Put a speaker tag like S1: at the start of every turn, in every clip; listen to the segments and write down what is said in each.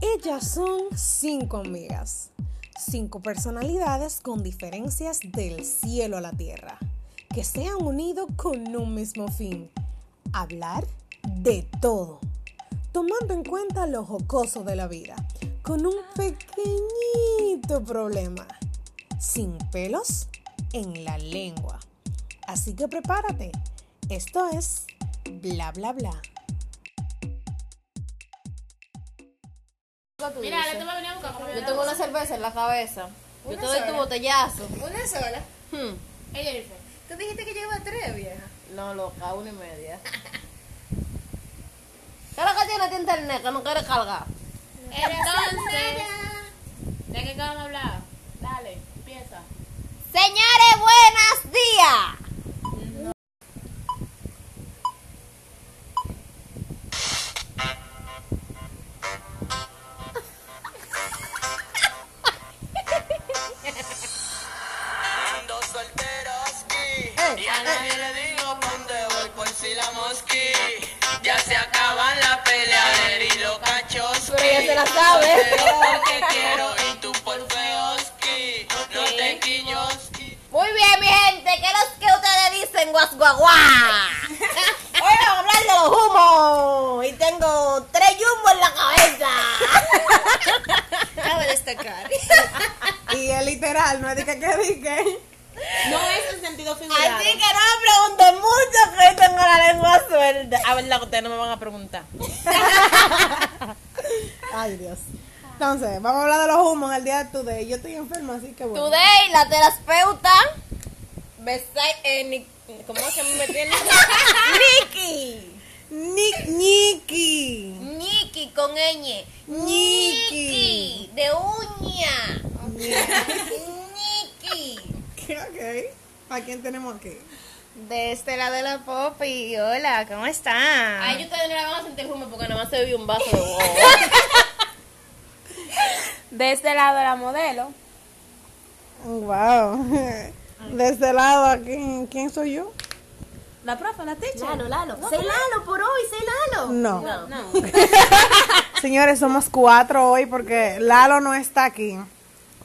S1: Ellas son cinco amigas, cinco personalidades con diferencias del cielo a la tierra, que se han unido con un mismo fin, hablar de todo, tomando en cuenta lo jocoso de la vida, con un pequeñito problema, sin pelos en la lengua. Así que prepárate, esto es bla bla bla.
S2: Mira, ahora te voy a venir a buscar como
S3: Yo tengo una cerveza en la cabeza. Yo te doy tu botellazo.
S4: Una sola.
S3: Hmm.
S2: Ella dice,
S4: Tú dijiste que lleva tres, vieja.
S3: No, loca, una y media. ¿Qué es lo que tiene tu internet que no quiere cargar?
S2: entonces, ¿de qué vamos a hablar? Dale, empieza.
S3: Señores, buenos días.
S5: Ando soltero aquí Y a nadie le digo pa' dónde voy por si la mosqui Ya se acaban la peleadera y los cachos
S3: Pero ya se la sabe.
S5: porque quiero y tú por feoski No te quilloski
S3: Muy bien, mi gente. ¿Qué es lo que ustedes dicen, guasguaguá? Hoy vamos a hablar de los humos. Y tengo tres yumbos en la cabeza.
S4: Cabe destacar.
S1: Y es literal, no es de que, que dije.
S2: No es en sentido figurado.
S3: Así que no me pregunten mucho que tengo la lengua suelta.
S2: A ver, la que ustedes no me van a preguntar.
S1: Ay, Dios. Entonces, vamos a hablar de los humos en el día de Today. Yo estoy enferma, así que bueno.
S3: Today, la terapeuta. Besai- eh, Ni- ¿Cómo se me tiene? Nikki.
S1: Ni- Nikki.
S3: Nikki con ñ.
S1: Nikki.
S3: Nikki. De uña. Nikki.
S1: ¿Qué? Ok. ¿A quién tenemos aquí?
S4: De este lado de la popi. Hola, ¿cómo están?
S3: Ay, ustedes no la van a sentir humo porque nada más se vio un vaso de huevo.
S2: De este lado la modelo.
S1: Wow. De este lado, ¿a quién, quién soy yo?
S2: La profe, la teacher.
S3: Lalo. Sé Lalo por hoy, sé Lalo.
S1: No.
S3: No.
S1: Señores, somos cuatro hoy porque Lalo no está aquí.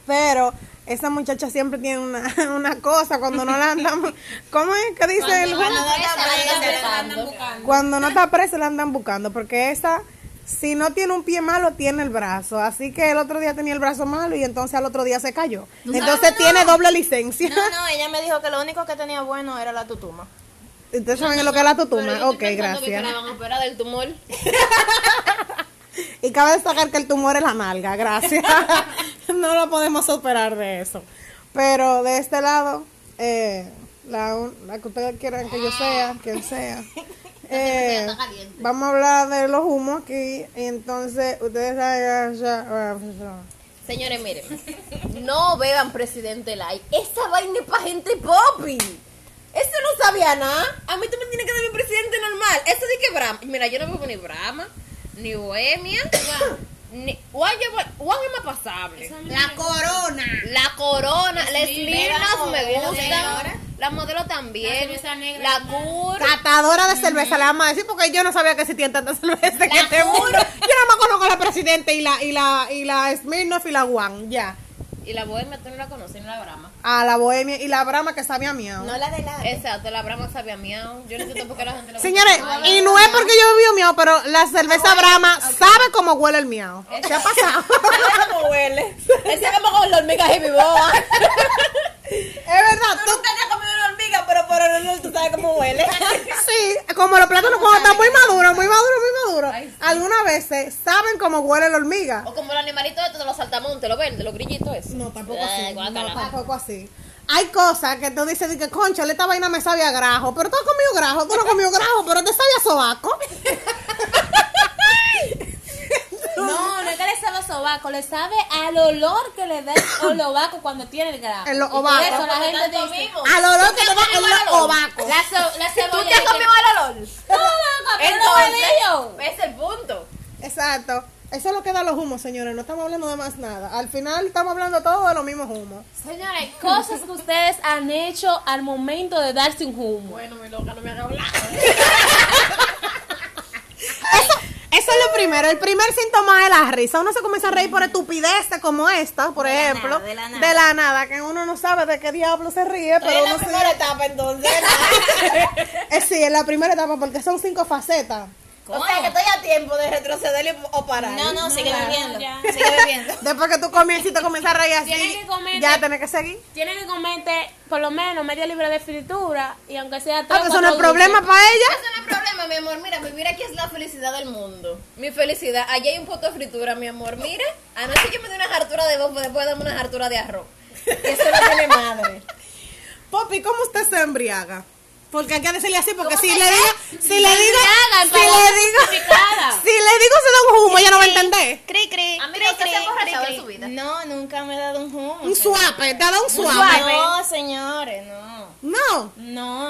S1: Pero esa muchacha siempre tiene una, una cosa cuando no la andamos. ¿Cómo es que dice el
S3: Bueno,
S1: juego?
S3: esa la andan besando.
S1: Cuando no está presa la andan buscando, porque esa, si no tiene un pie malo, tiene el brazo. Así que el otro día tenía el brazo malo y entonces al otro día se cayó. Entonces tiene doble licencia.
S4: No, no, ella me dijo que lo único que tenía bueno era la tutuma.
S1: Ustedes saben lo que es la
S3: Pero
S1: tutuma.
S3: yo
S1: Ok,
S3: estoy pensando que se
S1: gracias.
S3: la van a operar del tumor.
S1: Y cabe destacar que el tumor es la nalga, gracias. no lo podemos superar de eso. Pero de este lado, eh, la, un- la que ustedes quieran que yo sea, quien sea. eh, vamos a hablar de los humos aquí. Y entonces, ustedes saben. ya- ah, ya-
S3: Señores, miren, no beban Presidente Light. Esa vaina es para gente popi. Eso no sabía nada. A mí tú me tienes que dar un presidente normal. Eso de que Brahma. Mira, yo no bebo ni Brahma, ni Bohemia, ni. Juan es más pasable.
S4: La corona.
S3: La corona, las Smirnoff me
S4: modelo
S3: gustan.
S4: ahora.
S3: Las modelos también.
S2: La cerveza negra.
S3: La Gur.
S1: Catadora de cerveza, le vamos a decir, porque yo no sabía que existían tantas cervezas en este mundo. Yo no me conozco la presidente y la, y la, y la Smirnoff y la Juan, ya.
S3: Y la Bohemia tú no la conoces, ni la Brahma.
S1: A la bohemia y la brama que sabe a miau.
S4: No la de la.
S3: Exacto, la Brahma sabía miau. Yo no entiendo por qué la gente la
S1: Señores, y no es porque yo vivo miau, pero la cerveza Brahma sabe cómo huele el miau. ¿Qué ha pasado?
S3: ¿Cómo huele? Ese como con la hormiga heavy boa.
S1: es verdad, tú-
S3: has comido una hormiga, pero por el olor tú sabes cómo huele.
S1: sí, como los plátanos cuando están muy maduros, muy maduros, muy maduros, algunas veces saben cómo huele la hormiga.
S3: O como el animalito estos de los saltamontes, lo ven, de los grillitos esos.
S1: No, tampoco
S3: Ay,
S1: así, no,
S3: guácala.
S1: tampoco así. Hay cosas que tú dices, de que concho, esta vaina me sabe a grajo, pero tú has comido grajo, tú no has comido grajo, pero te sabe a sobaco.
S2: No, no es que le sabe a sobaco, le sabe al olor que le da el olobaco cuando tiene el grado.
S1: El obaco.
S2: Eso la gente
S3: Tanto
S2: dice. Ah,
S3: mimo.
S1: Al olor que te da
S3: comido
S1: el
S3: olor?
S1: obaco.
S2: La, so- la cebolla. de que-
S3: el olor?
S2: No, loco, pero no me dijo.
S3: es el punto.
S1: Exacto. Eso es lo que da los humos, señores. No estamos hablando de más nada. Al final estamos hablando todo de los mismos humos.
S2: Señores, cosas que ustedes han hecho al momento de darse un humo.
S3: Bueno, mi loca, no me hagas hablar.
S1: Eso, eso eso es lo primero. El primer síntoma es la risa. Uno se comienza a reír por estupideces como esta, por ejemplo.
S6: nada, de la nada.
S1: de la nada, que uno no sabe de qué diablo se ríe, pero uno se.
S2: etapa pues, entonces.
S1: Eh, sí, es la primera etapa porque son cinco facetas.
S2: o sea que estoy a tiempo de retroceder y- o parar.
S6: No, no, sigue
S3: Ah.
S7: Claro,
S6: bebiendo.
S7: ya.
S6: Sigue bebiendo.
S1: Después que tú comienzas y te comienzas a reír
S7: Tienes
S1: así,
S7: que comer
S1: ya
S7: de-
S1: tienes que seguir.
S7: Tienen que comerte por lo menos media libra de fritura y aunque sea tres
S1: Ah, que
S7: o
S1: eso no es
S7: cuatro
S1: problema para ella.
S2: Eso no es problema, mi amor. Mira, vivir aquí es la felicidad del mundo. Mi felicidad. Allí hay un poco de fritura, mi amor. Mira, anoche yo me di una hartura de bofo, después dame una hartura de arroz. Eso no tiene madre.
S1: Popi, ¿cómo usted se embriaga? Porque hay que decirle así, porque si
S7: que
S1: le
S7: qué?
S1: digo, si le digo,
S7: embriaga,
S1: si le
S7: empalagosa,
S1: digo,
S7: picada.
S1: si le digo se da un humo, ella no va a entender.
S3: Cri, cri,
S2: A mí
S3: cri,
S2: no, ¿usted
S3: cri,
S2: se ha emborrachado
S3: cri,
S2: en su
S3: cri.
S2: vida?
S3: No, nunca me he dado un humo.
S1: Un suape, te da un suape.
S3: suave. No, señores, no.
S1: No,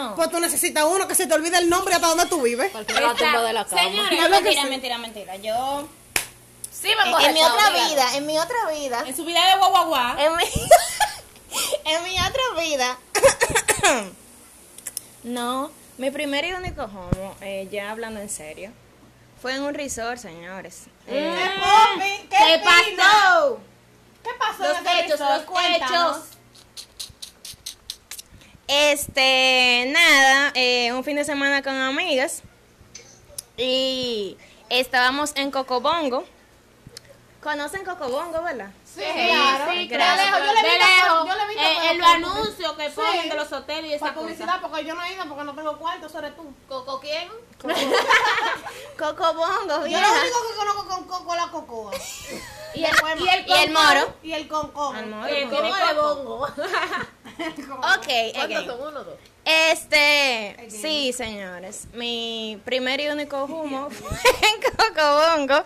S3: No.
S1: pues tú necesitas uno que se te olvide el nombre y hasta dónde tú vives.
S7: Está- Señores,
S1: No, lo que
S3: mentira,
S1: sí.
S3: mentira, mentira. Yo.
S2: Sí,
S3: En, en mi otra vida, en mi otra vida.
S7: en su vida de guau guau, guau.
S3: En mi, en mi otra vida. No, mi primer y único homo, eh, ya hablando en serio, fue en un resort, señores.
S1: Mm.
S3: Eh,
S1: Popi,
S7: ¿Qué pasó?
S1: ¿Qué pasó?
S7: Los hechos, los hechos.
S3: Este, nada, eh, un fin de semana con amigas. Y estábamos en Cocobongo. ¿Conocen Cocobongo, verdad?
S7: Sí, claro. Sí,
S3: claro.
S7: claro.
S1: Yo le vi
S7: De
S1: la-
S7: lejos.
S1: yo le vi
S7: Eh,
S1: la-
S7: En los anuncios que ponen de los hoteles y
S1: Para
S7: esa cosa.
S1: publicidad, porque yo no he ido, porque no tengo cuarto, eso eres tú.
S2: ¿Coco quién?
S3: Cocobongo,
S1: Yo
S3: vieja.
S1: lo único que conozco con coco es la cocoa.
S7: Y el, y el,
S3: Y el moro.
S1: Y el concón.
S3: Al moro.
S7: que
S2: ¿Cómo
S7: tiene
S2: de
S7: coco.
S2: bongo?
S3: Ok,
S2: ¿Cuántos
S3: ok.
S2: son? ¿Uno o dos?
S3: Este, sí, señores. Mi primer y único humo fue en Cocobongo.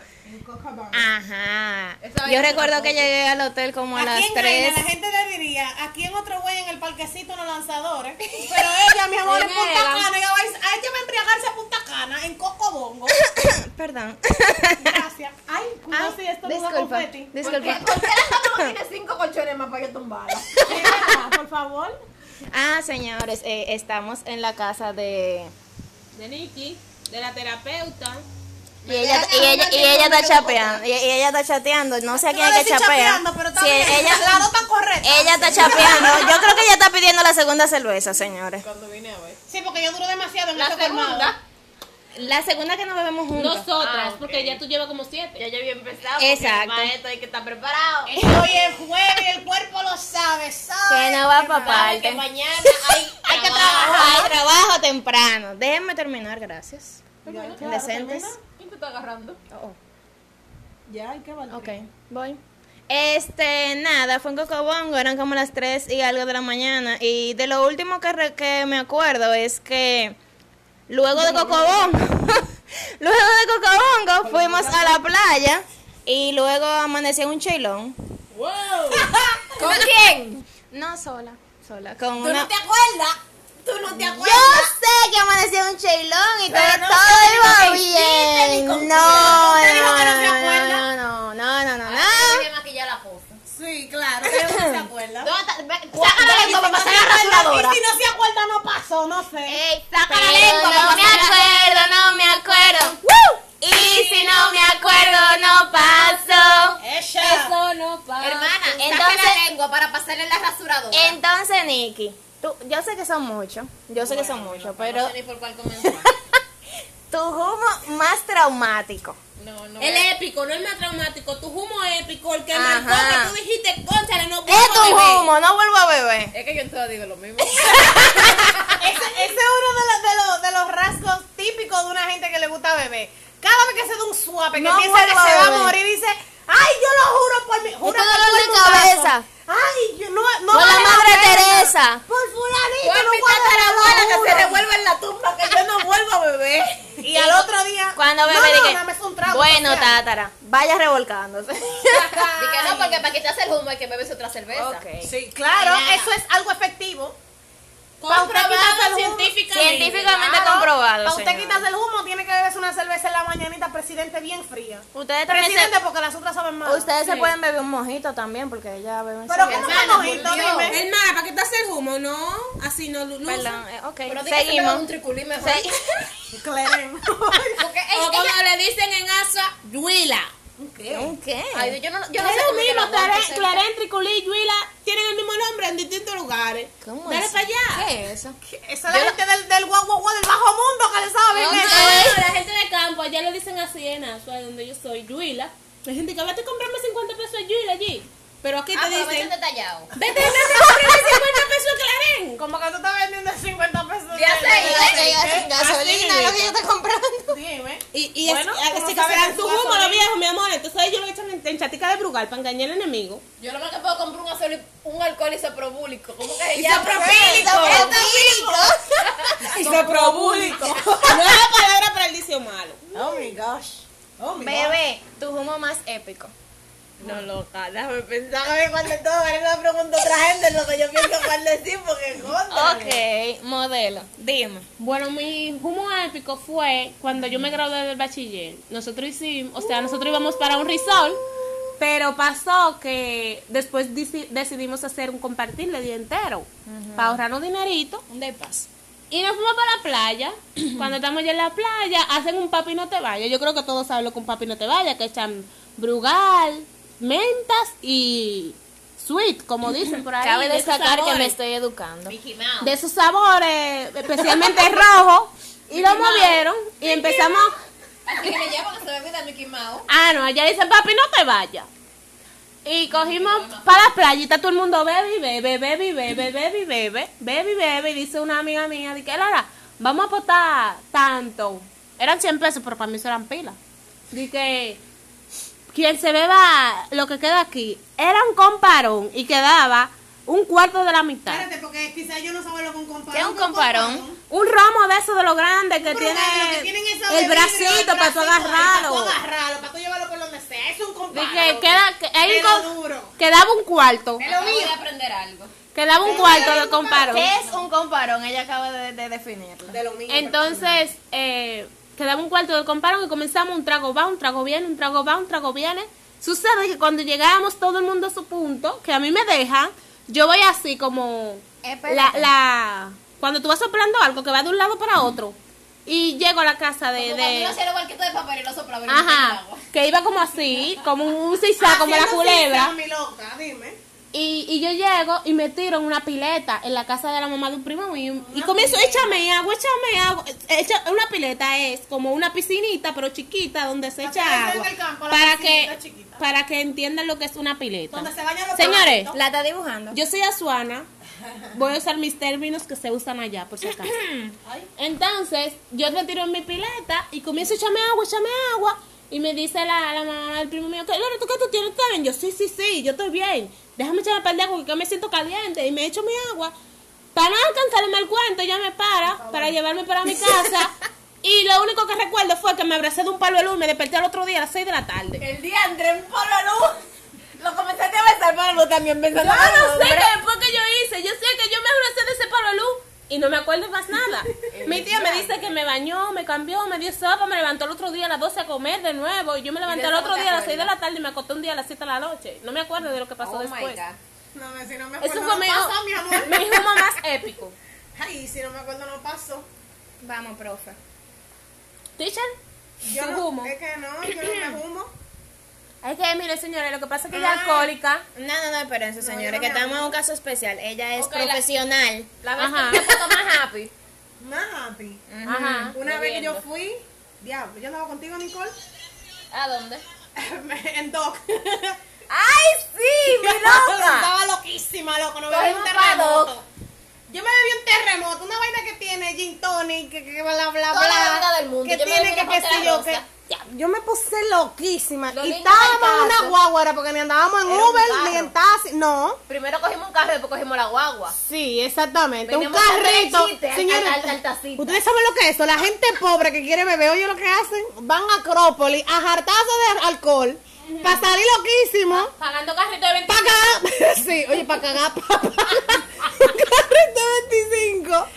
S3: Ajá. Yo recuerdo que llegué al hotel como a las 3.
S1: la gente le diría, aquí en otro güey en el parquecito unos lanzadores, pero ella, mi amor, en
S7: En
S1: Punta
S7: el-
S1: Cana, ella va a- a ella va a embriagarse a Punta Cana, en Cocobongo,
S3: Perdón. Ah,
S1: gracias. Ay, cuidado si esto no da
S3: disculpa.
S1: confeti.
S3: Disculpa.
S2: Tiene cinco colchones más para yo tumbarla.
S1: Mira, Por favor.
S3: Ah, señores, eh, estamos en la casa de.
S7: De Nikki, de la terapeuta.
S3: Y ella, y ella, y ella está chapeando. Y, y ella está chateando. No sé a quién es que
S1: decir
S3: chapea.
S1: chapeando, pero está
S3: Sí,
S1: bien.
S3: ella, Eh.
S1: Las dos están correctas.
S3: ella está chapeando. Yo creo que ella está pidiendo la segunda cerveza, señores.
S1: Sí, porque yo duro demasiado en
S2: La
S1: este colmado.
S2: segunda,
S3: La segunda que nos bebemos juntos.
S7: Nosotras,
S2: Ah,
S7: porque ya tú llevas como siete.
S2: ya yo había empezado.
S3: Exacto.
S2: Para esto hay que estar preparado.
S1: Hoy es jueves y el cuerpo lo sabe,
S3: Que
S1: sabe.
S3: no va para
S2: Sabe que
S3: parte.
S2: mañana hay, hay que trabajar.
S3: Hay trabajo temprano. Déjenme terminar, gracias. Indecentes.
S2: ¿Quién te está agarrando?
S3: Oh,
S1: Ya, hay que valer.
S3: oh, ok, voy. Este, nada, fue en Cocobongo, eran como las 3 y algo de la mañana. Y de lo último que, re- que me acuerdo es que luego de Cocobongo, luego de Cocobongo fuimos a la playa y luego amaneció un chelón.
S2: ¿Con quién?
S3: No sola, sola, con
S2: ¿Tú
S3: una...
S2: no te acuerdas? ¿Tú no te
S3: Yo
S2: acuerdas?
S3: sé que amaneció un cheilón y todo, todo iba bien. No, no, no, no, no, no, no, no,
S2: Ah.
S3: no.
S2: Tiene que maquillar la cosa.
S1: Sí, claro, pero no se acuerda.
S2: ¿Dónde está? Ve, Sácame la lengua para pasar la
S1: Y
S2: rasuradora.
S1: si no se acuerda, no pasó, no
S2: Eh,
S1: sé.
S3: Ey,
S2: saca la
S3: pero No
S2: lengua, vamos
S3: me
S2: a sacar la
S3: acuerdo, no me acuerdo. Y si no me acuerdo, no paso.
S1: Ella.
S7: Eso no pasa.
S2: Hermana, saca
S3: Entonces-
S2: la lengua para pasarle la rasuradora.
S3: Entonces, Nikki, tú, yo sé que son muchos, yo sé que son muchos, pero
S2: No sé ni por cuál comenzar.
S3: tu humo más traumático.
S2: No, no.
S7: El épico, no el más traumático. Tu humo épico, el que
S3: Ajá.
S7: marcó que tú dijiste, cónchale, no
S3: Es
S7: puedo
S3: tu
S7: beber".
S3: humo, no vuelvo a beber.
S2: Es que yo en todo digo lo mismo.
S1: Ese, ese es uno de los, de, los, de los rasgos típicos de una gente que le gusta beber. Cada vez que se da un suape, que
S3: No
S1: piensa que
S3: vuelva
S1: se
S3: a
S1: va a
S3: beber.
S1: morir, dice, ay, yo lo juro por mi, juro
S3: Este dolor
S1: por
S3: de
S1: mi vaso.
S3: cabeza.
S1: Ay, yo no, no
S3: Por la
S1: vale
S3: madre
S1: pena.
S3: Teresa.
S1: Por fulanito,
S2: Por
S1: no
S2: mi
S1: guarda,
S2: tatarabuela
S1: lo
S2: que se
S1: juro.
S2: revuelve en la tumba, que yo no vuelvo a beber.
S1: Y al otro día,
S3: Cuando bebe,
S1: no, no,
S3: dije,
S1: dame eso un trago.
S3: bueno,
S1: social".
S3: tátara, vaya revolcándose.
S2: Dije, no, porque para quitarse el humo hay que beberse otra cerveza.
S3: Ok.
S1: Sí, claro, eso es algo efectivo.
S7: Compra
S2: Comprobado
S7: quitarse el humo.
S2: científicamente.
S3: Científicamente comprobado.
S1: Para usted
S3: señor.
S1: quitarse el humo, tiene que beberse una cerveza en la mañanita, presidente, bien fría.
S3: Ustedes también se-
S1: Presidente, porque las otras saben más.
S3: Ustedes se pueden beber un mojito también, porque ella bebe
S1: Pero ¿cómo
S2: Hermana,
S1: un mojito?
S2: por Dios.
S1: Dime.
S7: Hermana, ¿para qué te hace el humo? No, así no, Lulu.
S3: Perdón, eh, ok.
S2: Pero dígase que haga
S3: Seguimos.
S2: un triculín mejor.
S3: Se-
S1: Cleren.
S2: Porque
S7: O
S2: ella-
S7: como le dicen en Asa, Yuila.
S3: ¿Un qué?
S2: Ay, Dios, yo no, yo no
S7: es
S2: sé
S7: lo
S2: cómo yo
S7: mismo,
S2: la aguanto,
S7: Claren,
S2: seca.
S7: Claren, Triculí, Yuila, tienen el mismo nombre en distintos lugares.
S3: ¿Cómo
S7: Dale
S3: es?
S7: para allá.
S2: ¿Qué es eso?
S1: Esa es la gente del, del guau guau guau, del bajo mundo que le saben.
S7: No,
S1: eso.
S7: Ah, no, la gente de campo, allá le dicen así en Asua, donde yo soy, Yuila. La gente que vete a comprarme 50 pesos de Yuila allí. Pero aquí
S2: Ah,
S7: te
S2: pero
S7: dicen,
S2: vete detallado.
S7: vete, vete a comprarme 50 pesos de Claren.
S1: Como que tú estás vendiendo 50 pesos.
S2: Ya
S1: de-
S2: sé, ya sé,
S1: ¿eh?
S2: ya sé,
S1: Así
S2: gasolina,
S1: mismo.
S2: lo que yo estoy comprando.
S1: Dime.
S7: Y, y
S1: Bueno,
S7: es,
S1: tú no
S7: así que
S1: sabes
S7: se dan
S1: el
S7: su
S1: guaso
S7: humo los
S1: de-
S7: viejos, mi amor. Entonces ellos lo echan en, en chatica de brugal para engañar al enemigo.
S2: Yo lo más que puedo comprar un, azul, un alcohol isopropúlico. ¿Cómo que
S7: Isopropílico.
S1: Isopropúlico.
S7: Nueva palabra para el vicio malo.
S1: Oh my gosh. Oh my gosh.
S3: Bebé, tu humo más épico.
S2: No, loca, déjame pensar. A ver cuando todo vale una pregunta a otra gente lo que yo pienso para decir, porque joder.
S3: Ok, modelo, dime.
S7: Bueno, mi humo épico fue cuando yo me gradué del bachiller. Nosotros hicimos, o sea, nosotros íbamos para un risol, pero pasó que después deci- decidimos hacer un compartir de día entero para ahorrarnos dinerito.
S3: Un de paso.
S7: Y nos fuimos para la playa. Cuando estamos ya en la playa, hacen un papi no te vaya. Yo creo que todos saben lo que un papi no te vaya, que echan brugal, mentas y sweet, como dicen por ahí.
S3: Cabe
S7: de esos
S3: destacar que me
S7: sabores.
S3: estoy educando.
S2: Mickey Mouse.
S7: de esos sabores, especialmente el rojo. Y lo movieron y empezamos.
S2: Así que le llaman a su bebida Mickey Mouse.
S7: Ah, no, allá dicen, papi, no te vayas. Y cogimos para la playita, todo el mundo bebe, y bebe, bebe, y bebe, bebe, y bebe, bebe, y bebe. Y dice una amiga mía, de que Lara, vamos a apostar tanto. Eran 100 pesos, pero para mí eso eran pilas. Dije que quien se beba lo que queda aquí era un comparón y quedaba un cuarto de la mitad.
S1: Espérate, porque quizás yo no saben lo que un comparón.
S3: ¿Qué es un
S1: ¿Qué es
S3: comparón?
S7: Un romo de eso de lo grande que
S1: Pero lo que
S7: tiene
S1: tienen esa
S7: el
S1: bebida,
S7: bracito para tú
S1: bracito, eh, Para tú
S7: agarrarlo.
S1: agarrarlo, para tú llevarlo por donde sea. Es un comparón.
S7: Dije, queda, que- hay un
S1: Pero
S7: co-
S1: duro.
S7: quedaba un cuarto.
S1: Es lo
S2: Acabo de
S1: mío.
S2: aprender algo.
S7: Quedaba un cuarto de comparón.
S3: ¿Qué es un comparón? Ella acaba de, de definirlo.
S1: De lo mío.
S7: Entonces, eh, quedaba un cuarto de comparón y comenzamos un trago va, un trago viene, un trago va, un trago viene. Sucede que cuando llegábamos todo el mundo a su punto, que a mí me dejan, yo voy así como
S2: Eh,
S7: la, la cuando tú vas soplando algo que va de un lado para otro. Y llego a la casa de,
S2: Como
S7: de-
S2: cuando uno hacía los barquitos de papel y los soplaba y metía
S7: ajá,
S2: agua.
S7: que iba como así, como un zigzag, como la
S1: Haciendo
S7: culebra.
S1: zigzag, Mi loca, dime.
S7: Y, y yo llego y me tiro en una pileta en la casa de la mamá de un primo mío. Y comienzo, échame agua, échame agua. Echa- una pileta es como una piscinita, pero chiquita donde se
S1: La
S7: echa
S1: pileta
S7: agua.
S1: en el campo, la
S7: para,
S1: piscinita
S7: que,
S1: chiquita.
S7: para que entiendan lo que es una pileta.
S1: Donde se bañan los
S7: Señores,
S1: caballitos.
S3: La está dibujando.
S7: yo soy azuana. Voy a usar mis términos que se usan allá, por si acaso. Entonces, yo me tiro en mi pileta y comienzo a echarme agua, echarme agua. Y me dice la, la mamá del primo mío, que Lore, ¿tú qué tú tienes? ¿Tú ¿Estás bien? Yo, sí, sí, sí, yo estoy bien. Déjame echarme par de agua porque me siento caliente. Y me echo mi agua. Para no alcanzarme el cuento, ya me para para llevarme para mi casa. y lo único que recuerdo fue que me abracé de un palo de luz y me desperté al otro día a las 6 de la tarde.
S2: El día entré en Polo Luz. Lo comenzaste a besar para luz también pensando.
S7: Yo no sé
S2: hombre.
S7: que después que yo hice, yo sé que yo me abracé de ese palo de luz y no me acuerdo más nada. Mi tía me dice que me bañó, me cambió, me dio sopa, me levantó el otro día a las 12 a comer de nuevo. Y yo me levanté
S2: de
S7: el
S2: eso
S7: otro
S2: no te
S7: día a las 6 de
S2: acuerdas?
S7: la tarde y me acosté un día a las 7 de la noche. No me acuerdo de lo que pasó
S2: Oh my
S7: después.
S2: God.
S1: No, me- si no me acuerdo,
S7: Eso fue
S1: no
S7: mi,
S1: pasó, mi amor.
S7: mi humo más épico.
S1: Ay, si no me acuerdo, no pasó.
S3: Vamos, profe.
S7: Teacher,
S1: Yo
S7: sin
S1: no,
S7: humo.
S1: Es que no, yo no me humo.
S7: Es que, mire, señores, lo que pasa es que ella es
S1: Ah.
S7: alcohólica.
S3: No, no, no, espérense,
S1: yo
S3: señores,
S1: no
S3: que
S1: me
S3: estamos
S1: amo.
S3: en un caso especial. Ella es
S2: Ok, la-
S3: profesional.
S2: La vez
S7: Ajá.
S2: que me puso más happy.
S1: Más happy.
S7: Ah, Ajá.
S1: Una vez que yo
S2: bebiendo.
S1: fui, diablo, yo andaba contigo, Nicole,
S2: ¿A dónde?
S1: en Doc.
S2: ¡Ay, sí! ¡Mi loca!
S1: Estaba loquísima, loco, no me
S2: Cogimos
S1: un
S2: pa'
S1: terremoto.
S2: Doc.
S1: Yo me bebí un terremoto, una vaina que tiene gin tonic, que, que bla, bla, bla.
S2: Toda la bebida del mundo.
S1: Que
S2: Yo me
S1: tiene
S2: bebí
S1: que
S2: una
S1: qué
S2: Fanta
S1: sé yo,
S2: Rosa.
S1: que... Ya, Yo me puse loquísima.
S2: Los
S1: y
S2: niños
S1: estábamos
S2: del
S1: en una
S2: caso.
S1: guagua, era porque ni andábamos en
S2: Era un
S1: Uber, ni
S2: carro.
S1: en taxi, no.
S2: Primero cogimos un carro y después cogimos la guagua.
S1: Sí, exactamente. Un
S2: Veníamos a hacer
S1: carrito.
S2: chiste al-
S1: Señores,
S2: al- al tacita.
S1: ustedes saben lo que es eso. La gente pobre que quiere beber, oye lo que hacen. Van a Acrópolis a jartazo de alcohol. Para salir loquísimo.
S7: Pagando carrito de 20.
S1: Para cagar. Sí, oye, para cagar. pa- pa- un carrito de 25.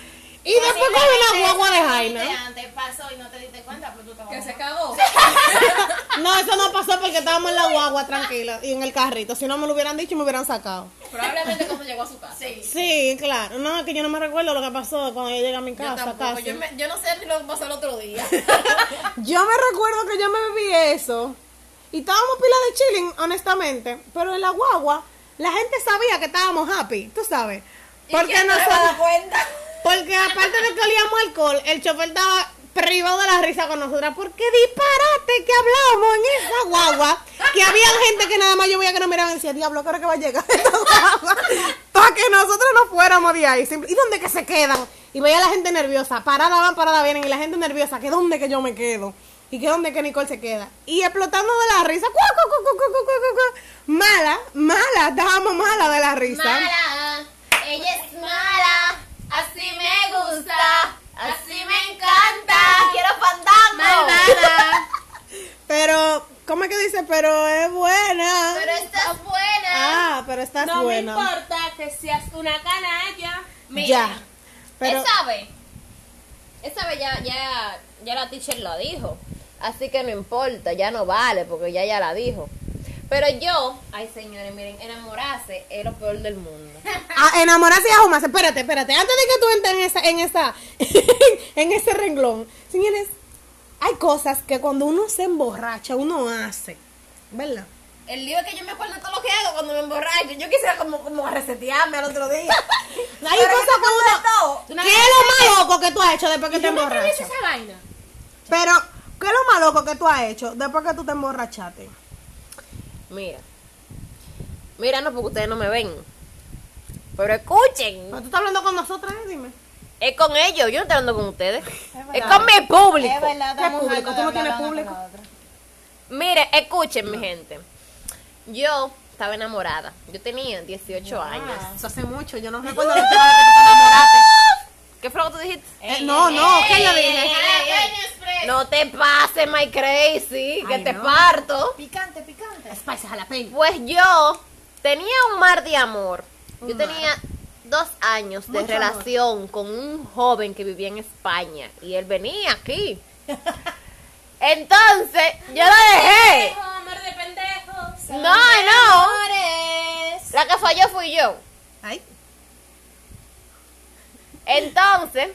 S1: Y después con una guagua de Jaina.
S3: Antes pasó y no te diste cuenta, pero tú estabas.
S2: Que se cagó.
S1: No, eso no pasó porque estábamos en la guagua tranquila y en el carrito. Si no me lo hubieran dicho, me hubieran sacado.
S2: Probablemente cuando llegó a su casa. Sí.
S1: Sí, claro. No, es que yo no me recuerdo lo que pasó cuando yo llegué a mi
S2: Yo
S1: casa.
S2: tampoco.
S1: casi.
S2: Yo, me- yo no sé ni lo que pasó el otro día.
S1: Yo me recuerdo que yo me bebí eso. Y estábamos pila de chilling, honestamente. Pero en la guagua, la gente sabía que estábamos happy, tú sabes. Porque
S2: no se
S1: nosotros,
S2: da cuenta?
S1: porque aparte de que olíamos alcohol, el chofer estaba privado de la risa con nosotras. Porque disparate que hablábamos en esa guagua. Que había gente que nada más yo veía que nos miraban y decía, diablo, ¿qué hora que va a llegar esta guagua? Para que nosotros no fuéramos de ahí. Simple- ¿Y dónde que se quedan? Y veía a la gente nerviosa. Parada van, parada vienen. Y la gente nerviosa, que dónde que yo me quedo. Y que dónde que Nicole se queda. Y explotando de la risa. cuac, cuac, cuac, cuac, cuac, cuac, cuac. Mala, mala, estábamos mala de la risa.
S3: Mala, ella es mala, así me gusta, así me encanta.
S2: Quiero fantasma.
S3: Malvada,
S1: Pero, ¿cómo es que dice? Pero es buena.
S3: pero estás buena.
S1: Ah, pero estás
S7: No
S1: buena.
S7: me importa que seas una canalla.
S1: Ya. Pero
S2: Él sabe. Él sabe, ya, ya, ya la teacher lo dijo. Así que no importa, ya no vale, porque ya ya la dijo. Pero yo, ay señores, miren, enamorarse es lo peor del mundo.
S1: a ah, enamorarse y ajumarse. Espérate, espérate. Antes de que tú entres en esa, en esa, en ese renglón, señores, hay cosas que cuando uno se emborracha, uno hace. ¿Verdad?
S2: El lío es que yo me acuerdo de todo lo que hago cuando me emborracho. Yo quisiera como, como resetearme al otro día.
S1: Hay
S2: Pero
S1: cosas
S2: yo me acuerdo de todo.
S1: que uno. ¿Qué es lo más loco que tú has hecho después que te
S7: Yo me atreví a
S1: emborrachas?
S7: esa vaina.
S1: Pero, ¿qué es lo más loco que tú has hecho después que tú te emborrachaste?
S2: Mira. Mira, no, porque ustedes no me ven. Pero escuchen.
S1: ¿Tú estás hablando con nosotras? eh? Dime.
S2: Es con ellos, yo no estoy hablando con ustedes. Es, con mi público.
S1: ¿Qué público? ¿Tú no tienes público?
S2: Mire, escuchen, mi gente. Yo estaba enamorada. Yo tenía 18 años.
S1: Eso hace mucho, yo no recuerdo la última vez que tú te enamoraste.
S2: ¿Qué fue lo que tú dijiste?
S1: Eh, no, no, ¿qué yo dije?
S2: No te pases, my crazy, que te parto.
S1: Picante, picante. Spice jalapeño.
S2: Pues yo tenía un mar de amor. Yo tenía dos años de
S1: Mucho amor.
S2: relación con un joven que vivía en España y él venía aquí. Entonces, yo lo dejé.
S7: Pendejo, amor de pendejos.
S2: No, no. La que falló fui yo.
S1: Ay.
S2: Entonces,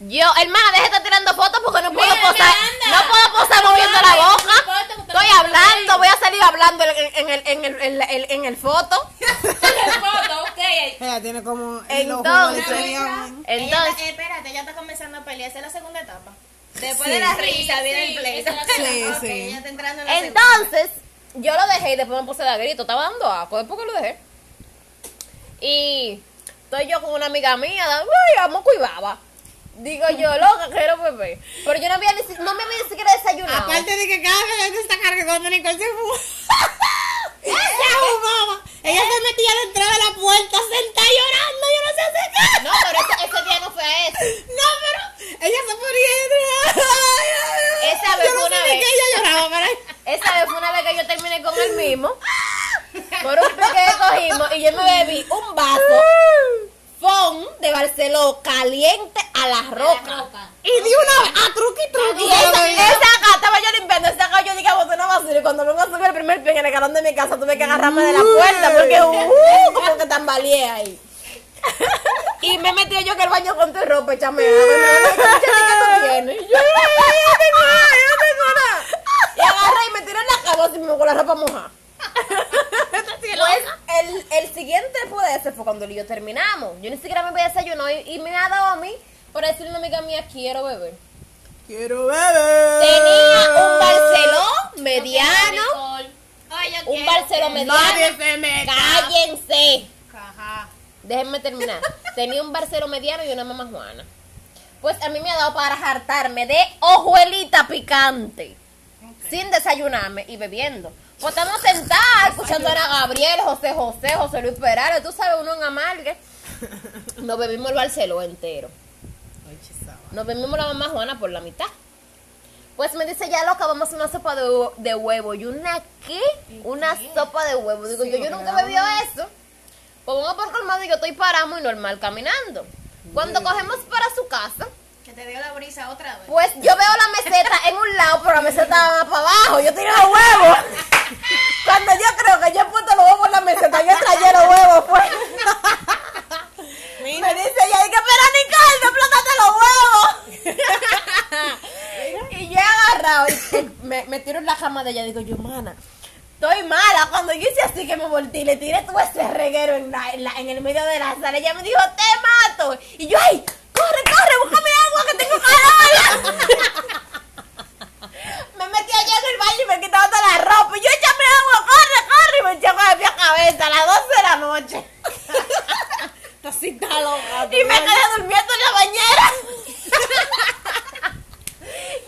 S2: yo, hermana, deja de estar tirando fotos porque no puedo
S7: Mira,
S2: posar.
S7: Miranda.
S2: No puedo posar moviendo la
S7: Vale,
S2: boca.
S7: no importa, porque
S2: Estoy
S7: no te
S2: hablando,
S7: ven.
S2: voy a salir hablando en en el, en el, en la- en- en el foto.
S7: Tiene foto, ok.
S1: Ella tiene como el ojo
S2: Entonces,
S1: de Selian.
S2: entonces,
S3: espérate, ya está comenzando a pelear. Esa es la segunda etapa.
S2: después
S1: de la
S7: risa, viene el pleito.
S1: Sí,
S3: Ok,
S1: sí.
S3: ya está entrando en la segunda.
S2: Entonces, yo lo dejé y después me puse de grito. Estaba dando agua, después que lo dejé. Y estoy yo con una amiga mía, da- uy, vamos cuidaba. Digo yo, loca, quiero beber. Pero yo no había ni, si- no me había ni siquiera desayunado.
S1: Aparte de que cada vez que está cargando Nicole se fumaba. ella se fumaba. Ella se metía dentro de la puerta sentada llorando. Yo no sé hacer qué.
S2: no, pero ese, ese día no fue eso.
S1: No, pero ella se ponía dentro. Ay, ay, ay.
S2: Esa vez
S1: Yo no
S2: fue una
S1: sé ni
S2: vez.
S1: qué ella lloraba, pero...
S2: Esa vez fue una vez que yo terminé con él mismo. Por un pique que cogimos y yo me bebí un vaso. Fon de Barceló caliente a la roca.
S1: Y di una vez, a truqui truqui.
S2: Y esa, esa gata estaba yo limpiando, esa gata yo dije, "Ah, pues, boté una basura y cuando vengo a subir el primer pie en el carón de mi casa tuve que agarrarme de la puerta porque uh, como que tambaleé ahí. Y me metí yo en el baño con tu ropa, échame agua. Y me dijo, "Concha, ¿qué tú tienes? Y Yo, "Ay, yo no tengo nada, yo no tengo nada. Y agarré y me tiré en la cama así mismo con la ropa mojada. Pues el, el siguiente después de ese fue cuando él y yo terminamos. Yo ni siquiera me voy a desayunar y, y me ha dado a mí por decirle a una amiga mía, quiero beber.
S1: Quiero beber.
S2: Tenía un Barceló mediano.
S3: Oye,
S2: Un Barceló mediano. Cállense. Déjenme terminar. Tenía un Barceló mediano y una mamá Juana. Pues a mí me ha dado para hartarme de hojuelita picante. Sin desayunarme y bebiendo. Pues estamos sentadas escuchando a Ana Gabriel, José José, José Luis Perales. Tú sabes, uno en amargue. Nos bebimos el Barceló entero. Nos bebimos la mamá Juana por la mitad. Pues me dice, ya loca, vamos a una sopa de, hu- de huevo. ¿Y una qué? Una sopa de huevo. Digo, yo, yo nunca he bebido eso. Pues vamos por colmado y yo estoy parado muy normal caminando. Cuando cogemos para su casa,
S8: Que te dio la brisa otra vez.
S2: pues yo veo la meseta en un lado, pero la meseta va para abajo. Yo tiro los huevos. Cuando yo creo que yo he puesto los huevos en la meseta, yo traje los huevos, pues. Me dice ella, que pero Nicole, no plantaste los huevos. y yo he agarrado y me, me tiro en la cama de ella. Digo, yo, mana, estoy mala. Cuando yo hice así que me volteé, y le tiré todo ese reguero en, la- en la- en el medio de la sala. Ella me dijo, te mato. Y yo, ay, corre, corre, búscame agua que tengo calor. me metí allá en el baño y me quitaba toda la ropa. Y yo, échame agua, corre, corre. Y me echó con el pie a cabeza a las 12 de la noche. Y me quedé durmiendo en la bañera.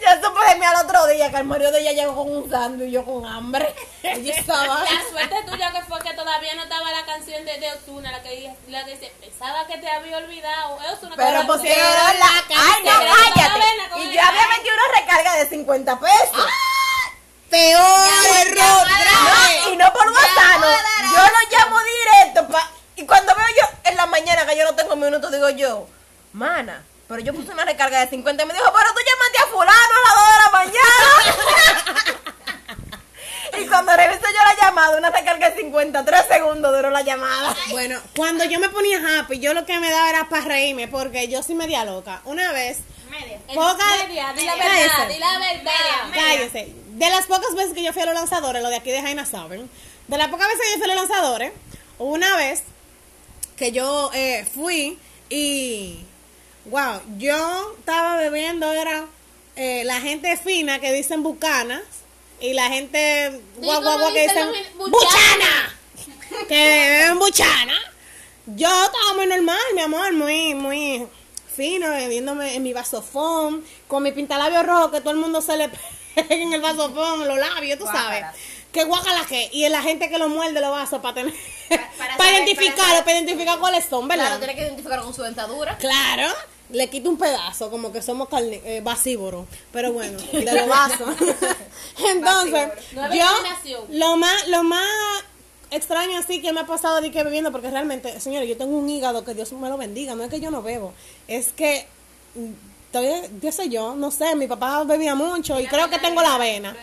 S2: Yo supe de mí al otro día que el marido de ella llegó con un sándwich y yo con hambre. Ella estaba.
S7: La suerte tuya que fue que todavía no estaba la canción de, de Osuna, la que, la que dice, pensaba que te había olvidado. Eh, Ozuna,
S2: Pero
S7: te-
S1: pues,
S2: pusieron la Ay, no,
S7: te- te-
S2: cállate.
S7: te- te-
S2: Y yo había metido una recarga de 50 pesos. ¡Ah!
S1: Peor error.
S2: No, y no por WhatsApp. no. Yo lo llamo directo. pa- y cuando veo yo en la mañana que yo no tengo minutos, digo yo, mana, pero yo puse una recarga de 50 y me dijo, pero tú llamaste a fulano a las 2 de la mañana. y cuando reviso yo la llamada, una recarga de 50, 3 segundos duró la llamada.
S1: Bueno, cuando yo me ponía happy, yo lo que me daba era para reírme, porque yo soy media loca. Una vez,
S8: Media.
S7: te-
S1: Poca-
S7: media, di la
S1: media.
S7: verdad,
S1: Cállese.
S7: di la verdad.
S1: cállese. De las pocas veces que yo fui a los lanzadores, lo de aquí de Jaina saben, de las pocas veces que yo fui a los lanzadores, una vez que yo eh, fui y, wow, yo estaba bebiendo, era eh, la gente fina que dicen bucanas y la gente guau, guau,
S7: Digo, no
S1: guau, que
S7: dicen
S1: dicen
S7: los min-
S1: buchana, que beben buchana. Yo estaba muy normal, mi amor, muy, muy fino, bebiéndome en mi vasofón, con mi pintalabio rojo, que todo el mundo se le pega en el vasofón, en los labios, tú sabes. Que guacala que, y la gente que lo muerde los vasos para tener, para,
S8: para saber, para
S1: identificarlo,
S8: saber.
S1: para identificar cuáles son, ¿verdad? Claro,
S2: que identificar con su dentadura.
S1: le quito un pedazo, como que somos carne, eh, vasívoros, pero bueno, de los vasos. Entonces,
S7: Nueva
S1: yo,
S7: generación.
S1: lo más, lo más extraño así que me ha pasado de que bebiendo, porque realmente, señores, yo tengo un hígado que Dios me lo bendiga, no es que yo no bebo, es que, mm, todavía, qué sé yo, no sé, mi papá bebía mucho y creo que tengo la vena.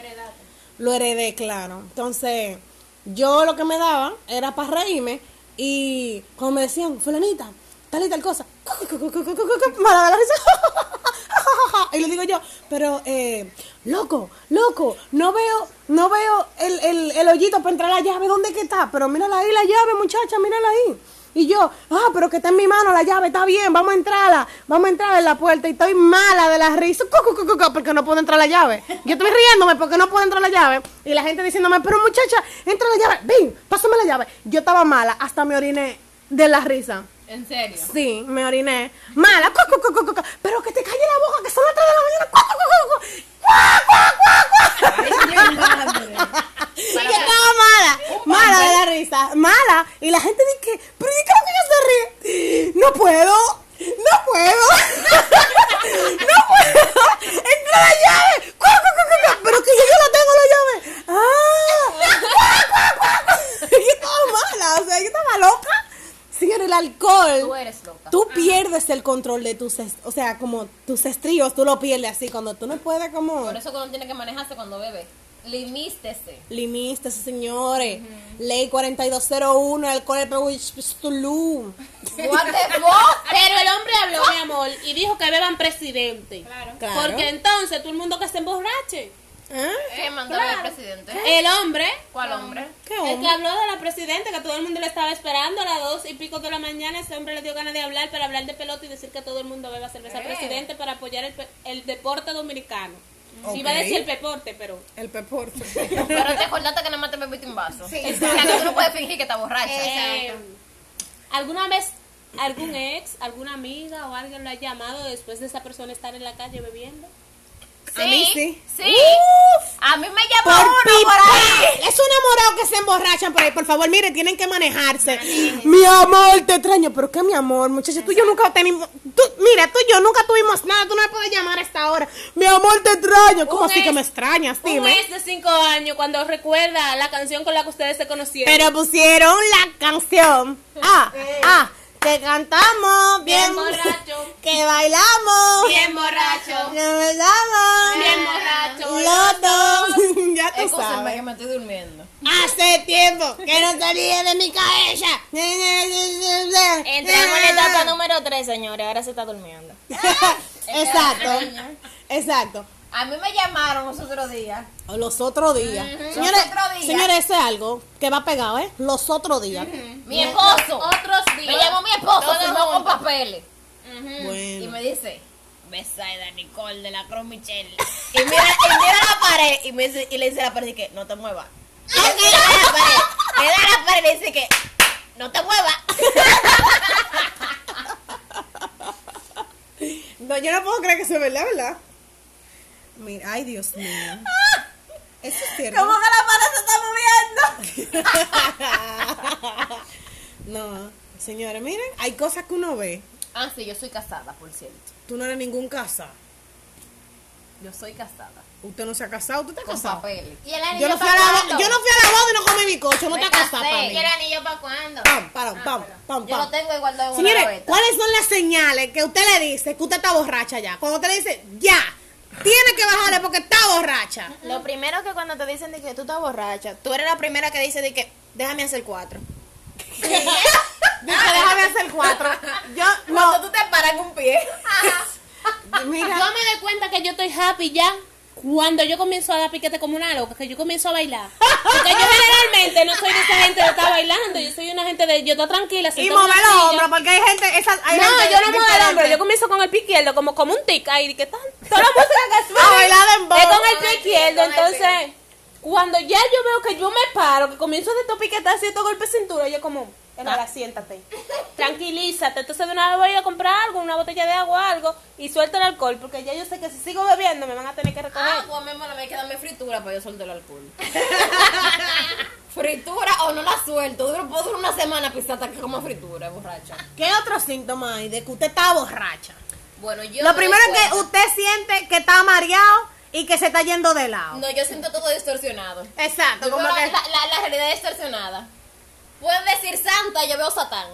S1: Lo heredé, claro. Entonces, yo lo que me daba era para reírme y cuando me decían, fulanita, tal y tal cosa, me daba la risa. Y le digo yo, pero, eh, loco, loco, no veo, no veo el, el, el hoyito para entrar la llave, ¿dónde que está? Pero mírala ahí la llave, muchacha, mírala ahí. Y yo, ah, pero que está en mi mano la llave, está bien, vamos a entrarla, vamos a entrar en la puerta y estoy mala de la risa, cu, cu, cu, cu, cu, porque no puedo entrar la llave. Yo estoy riéndome porque no puedo entrar la llave y la gente diciéndome, pero muchacha, entra la llave, ven, pásame la llave. Yo estaba mala, hasta me oriné de la risa.
S2: En serio.
S1: Sí, me oriné. Mala, cu, cu, cu, cu, cu, cu, pero que te calle la boca, que son las 3 de la mañana. cu, cu, cu, cu, cu. Yo estaba mala, mala de la risa, mala. Y la gente dice, pero ¿y creo que yo se ríe? No puedo, no puedo, no puedo. Entra la llave, ¡Cuá, cuá, cuá, cuá, cuá! pero que yo, yo la tengo la llave. Ah, ¡Cuá, cuá, cuá, cuá! yo estaba mala, o sea, yo estaba loca. Señor, el alcohol.
S2: Tú eres loca.
S1: Tú pierdes el control de tus, est- o sea, como tus estríos, tú lo pierdes así cuando tú no puedes como
S2: Por eso que uno tiene que manejarse cuando bebe. Limístese.
S1: Limístese, señores. Ley 4201, alcohol el Tulum.
S2: What the fuck?
S7: Pero el hombre habló, mi amor, y dijo que beban presidente.
S1: Claro.
S7: Porque entonces todo el mundo que se emborrache.
S1: ¿Ah?
S2: ¿Qué mandaba el presidente?
S7: El hombre,
S2: ¿Cuál hombre?
S1: ¿Qué
S7: el que
S1: hombre?
S7: habló de la presidenta, que todo el mundo le estaba esperando a las dos y pico de la mañana, ese hombre le dio ganas de hablar para hablar de pelota y decir que todo el mundo beba cerveza presidente para apoyar el, pe- el deporte dominicano. Iba a
S1: Ok.
S7: decir el deporte, pero...
S1: El peporte.
S2: Pero te acordaste que nada más te bebiste un vaso.
S8: Sí.
S2: O sea, que tú no puedes fingir que estás borracha.
S7: Eh, ¿Alguna vez algún ex, alguna amiga o alguien lo ha llamado después de esa persona estar en la calle bebiendo?
S1: a mí sí.
S2: Sí. a mí me llamó
S1: Por
S2: uno por ahí.
S1: pipa. Es un enamorado que se emborrachan por ahí, por favor, mire, tienen que manejarse. Mi amor, te extraño, pero qué mi amor, muchacha, tú y yo nunca tenemos, tú, mira, tú y yo nunca tuvimos nada, tú no me puedes llamar a esta hora. Mi amor, te extraño, ¿cómo
S7: Un
S1: así que
S7: ex-
S1: me extrañas?
S7: Un
S1: Dime.
S7: mes de cinco años cuando recuerda la canción con la que ustedes se conocieron.
S1: Pero pusieron la canción. Ah, ah, que cantamos bien,
S7: Bien borracho.
S1: que bailamos,
S8: Bien borracho.
S1: que bailamos,
S7: Bien borracho.
S1: los dos. ya tú
S8: Escúchame
S1: sabes.
S8: que me estoy durmiendo.
S1: Hace tiempo que no salía de mi cabeza.
S3: Entramos en la etapa número 3, señores. Ahora se está durmiendo.
S1: Exacto, exacto.
S8: A mí me llamaron los otros días.
S1: Los otros días. Señores,
S8: Los otros días.
S1: señores, eso es algo que va pegado, ¿eh? Los otros días.
S8: Mi esposo.
S7: Otros días.
S8: Me llamó mi esposo,
S7: Todos
S8: firmó con
S7: juntos.
S8: papeles.
S1: Bueno.
S8: Y me dice, Besaida Nicole de la Cruz Michelle.
S2: Y mira, y mira la pared y, me dice, y le dice a la pared que no te muevas. Y Le da a la pared, le da a la pared y le dice que no te muevas.
S1: No, yo no puedo creer que sea verdad, ¿verdad?
S4: Mira, ay, Dios mío. Eso es cierto.
S2: Ah. ¿Cómo que la pared se está moviendo?
S1: No, señores, miren, hay cosas que uno ve.
S2: Ah, sí, yo soy casada, por cierto.
S1: Tú no eres ningún casa.
S2: Yo soy casada.
S1: Usted no se ha casado, tú te has
S2: Con
S1: casado.
S2: papeles.
S8: Y el anillo
S1: Yo no, fui
S8: para
S1: a la, bo-
S8: cuándo?
S1: yo no fui a la boda y no comí bizcocho, no
S8: Me
S1: te has casado
S8: casé.
S1: para
S8: ¿Y el
S1: mí.
S8: anillo para cuándo?
S1: Pam, pam, pam, pam,
S2: Ah, Yo
S1: pam.
S2: lo tengo igual de una
S1: Señores,
S2: gaveta.
S1: ¿cuáles son las señales que usted le dice que usted está borracha ya? Cuando usted le dice, ya, tiene que bajarle porque está borracha.
S3: Lo primero que cuando te dicen de que tú estás borracha, tú eres la primera que dice de que déjame hacer cuatro.
S1: Dice, déjame hacer cuatro. Yo,
S2: Cuando
S1: no,
S2: tú te paras en un pie.
S1: mira.
S7: Yo me doy cuenta que yo estoy happy ya cuando yo comienzo a dar piquete como una loca, que yo comienzo a bailar. Porque yo generalmente no soy de esa gente de estar bailando, yo soy una gente de yo estoy tranquila.
S1: Y
S7: siento un
S1: mover los
S7: vacío.
S1: hombros porque hay gente, esas, hay
S7: No,
S1: gente
S7: yo no muevo el hombro,
S1: diferente.
S7: yo comienzo con el pie izquierdo, como, como un tic ahí, ¿qué tal? Toda la música que suena
S1: A bailar dembow.
S7: es con el
S8: Con
S7: pie
S8: el pie,
S7: izquierdo,
S8: con el
S7: entonces,
S8: pie.
S7: cuando ya yo veo que yo me paro, que comienzo de topiquetar piquetas y estos golpes de cintura, yo como, ahora siéntate, tranquilízate, entonces de una vez voy a ir a comprar algo, una botella de agua o algo, y suelto el alcohol, porque ya yo sé que si sigo bebiendo me van a tener que recoger.
S2: Ah, pues mismo no me queda mi fritura para yo soltar el alcohol. fritura o no la suelto. Duro, puedo durar una semana pisata que como fritura, borracha.
S1: ¿Qué otros síntomas hay de que usted está borracha?
S2: Bueno, yo.
S1: Lo
S2: me
S1: primero
S2: doy
S1: es que
S2: cuenta-
S1: usted siente que está mareado y que se está yendo de lado.
S2: No, yo siento todo distorsionado.
S1: Exacto,
S2: Yo
S1: como
S2: veo
S1: que...
S2: la, la- la realidad distorsionada. Puedes decir santa, yo veo satán.